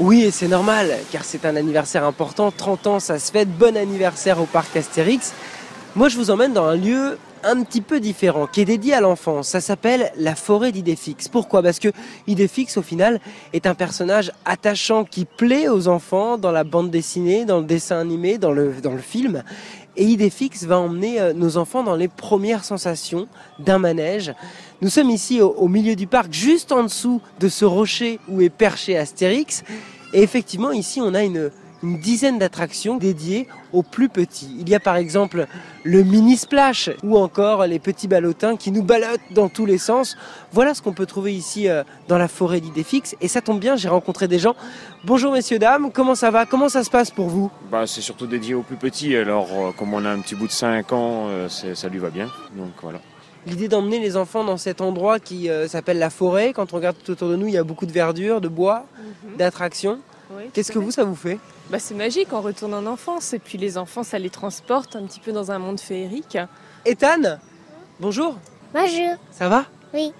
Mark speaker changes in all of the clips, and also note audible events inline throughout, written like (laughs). Speaker 1: Oui, et c'est normal, car c'est un anniversaire important. 30 ans, ça se fête. Bon anniversaire au parc Astérix. Moi, je vous emmène dans un lieu un petit peu différent, qui est dédié à l'enfance. Ça s'appelle la forêt d'Idéfix. Pourquoi Parce que Idéfix, au final, est un personnage attachant qui plaît aux enfants dans la bande dessinée, dans le dessin animé, dans le, dans le film. Et Idéfix va emmener euh, nos enfants dans les premières sensations d'un manège. Nous sommes ici au, au milieu du parc, juste en dessous de ce rocher où est perché Astérix. Et effectivement, ici, on a une, une dizaine d'attractions dédiées aux plus petits. Il y a par exemple le mini splash ou encore les petits ballotins qui nous ballottent dans tous les sens. Voilà ce qu'on peut trouver ici euh, dans la forêt d'Idéfix. Et ça tombe bien, j'ai rencontré des gens. Bonjour messieurs, dames, comment ça va Comment ça se passe pour vous
Speaker 2: Bah, c'est surtout dédié aux plus petits. Alors, euh, comme on a un petit bout de 5 ans, euh, c'est- ça lui va bien. Donc voilà.
Speaker 1: L'idée d'emmener les enfants dans cet endroit qui euh, s'appelle la forêt, quand on regarde tout autour de nous, il y a beaucoup de verdure, de bois,
Speaker 3: Mhm.
Speaker 1: d'attractions.
Speaker 4: Oui, tout
Speaker 1: Qu'est-ce
Speaker 4: à
Speaker 1: que
Speaker 4: fait.
Speaker 1: vous, ça vous fait
Speaker 4: bah, C'est magique, on retourne en enfance et puis les enfants, ça les transporte un petit peu dans un monde féerique.
Speaker 1: Ethan Bonjour,
Speaker 5: Bonjour.
Speaker 1: ça va
Speaker 5: Oui.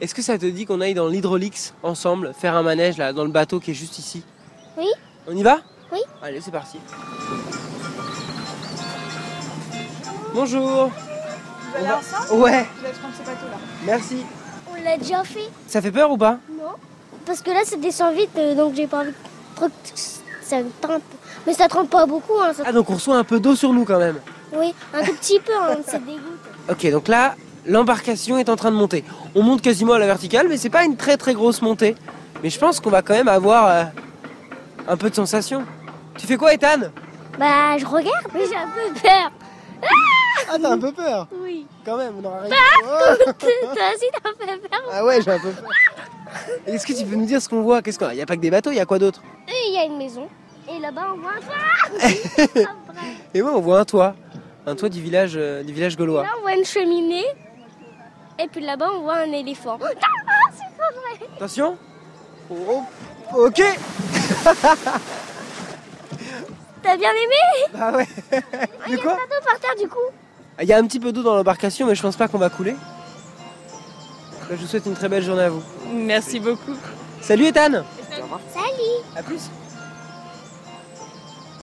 Speaker 1: Est-ce que ça te dit qu'on aille dans l'hydraulix ensemble, faire un manège là, dans le bateau qui est juste ici
Speaker 5: Oui.
Speaker 1: On y va
Speaker 5: Oui.
Speaker 1: Allez, c'est parti. Bonjour.
Speaker 3: Vous
Speaker 1: On
Speaker 3: allez
Speaker 1: va-
Speaker 3: ensemble
Speaker 1: Ouais,
Speaker 3: Je vais prendre ce bateau-là.
Speaker 1: merci.
Speaker 5: On l'a déjà fait
Speaker 1: Ça fait peur ou pas
Speaker 5: Non. Parce que là, ça descend vite, euh, donc j'ai pas envie de trop que ça me trempe. Mais ça trempe pas beaucoup, hein. ça-
Speaker 1: Ah, donc on reçoit un peu d'eau sur nous quand même.
Speaker 5: Oui, un tout petit peu, hein, ça dégoûte.
Speaker 1: Ok, donc là, l'embarcation est en train de monter. On monte quasiment à la verticale, mais c'est pas une très très grosse montée. Mais je pense qu'on va quand même avoir euh, un peu de sensation. Tu fais quoi, Ethan
Speaker 5: Bah, je regarde, mais j'ai un peu peur.
Speaker 1: Ah, t'as un peu peur,
Speaker 5: Oui.
Speaker 1: quand même. On aura
Speaker 5: (laughs) Toi aussi, t'as un peu peur.
Speaker 1: ah ouais, j'ai un peu peur. Est-ce que tu peux nous dire ce qu'on voit Qu'est-ce qu'on a Il y a pas que des bateaux, il y a quoi d'autre
Speaker 5: Et il y a une maison. Et là-bas, on voit un toit. Après,
Speaker 1: Et ouais, on voit un toit, un toit du village, euh, du village gaulois.
Speaker 5: Là, on voit une cheminée. Et puis là-bas, on voit un éléphant. Oh,
Speaker 1: Attention Oh, oh, Ok
Speaker 5: T'as bien aimé
Speaker 1: Bah ouais (laughs) Du quoi
Speaker 5: Toi, par terre, du coup
Speaker 1: Il y a un petit peu d'eau dans l'embarcation, mais je pense pas qu'on va couler. Bah, je vous souhaite une très belle journée à vous.
Speaker 4: Merci beaucoup.
Speaker 1: Salut Ethan
Speaker 5: Salut
Speaker 1: A plus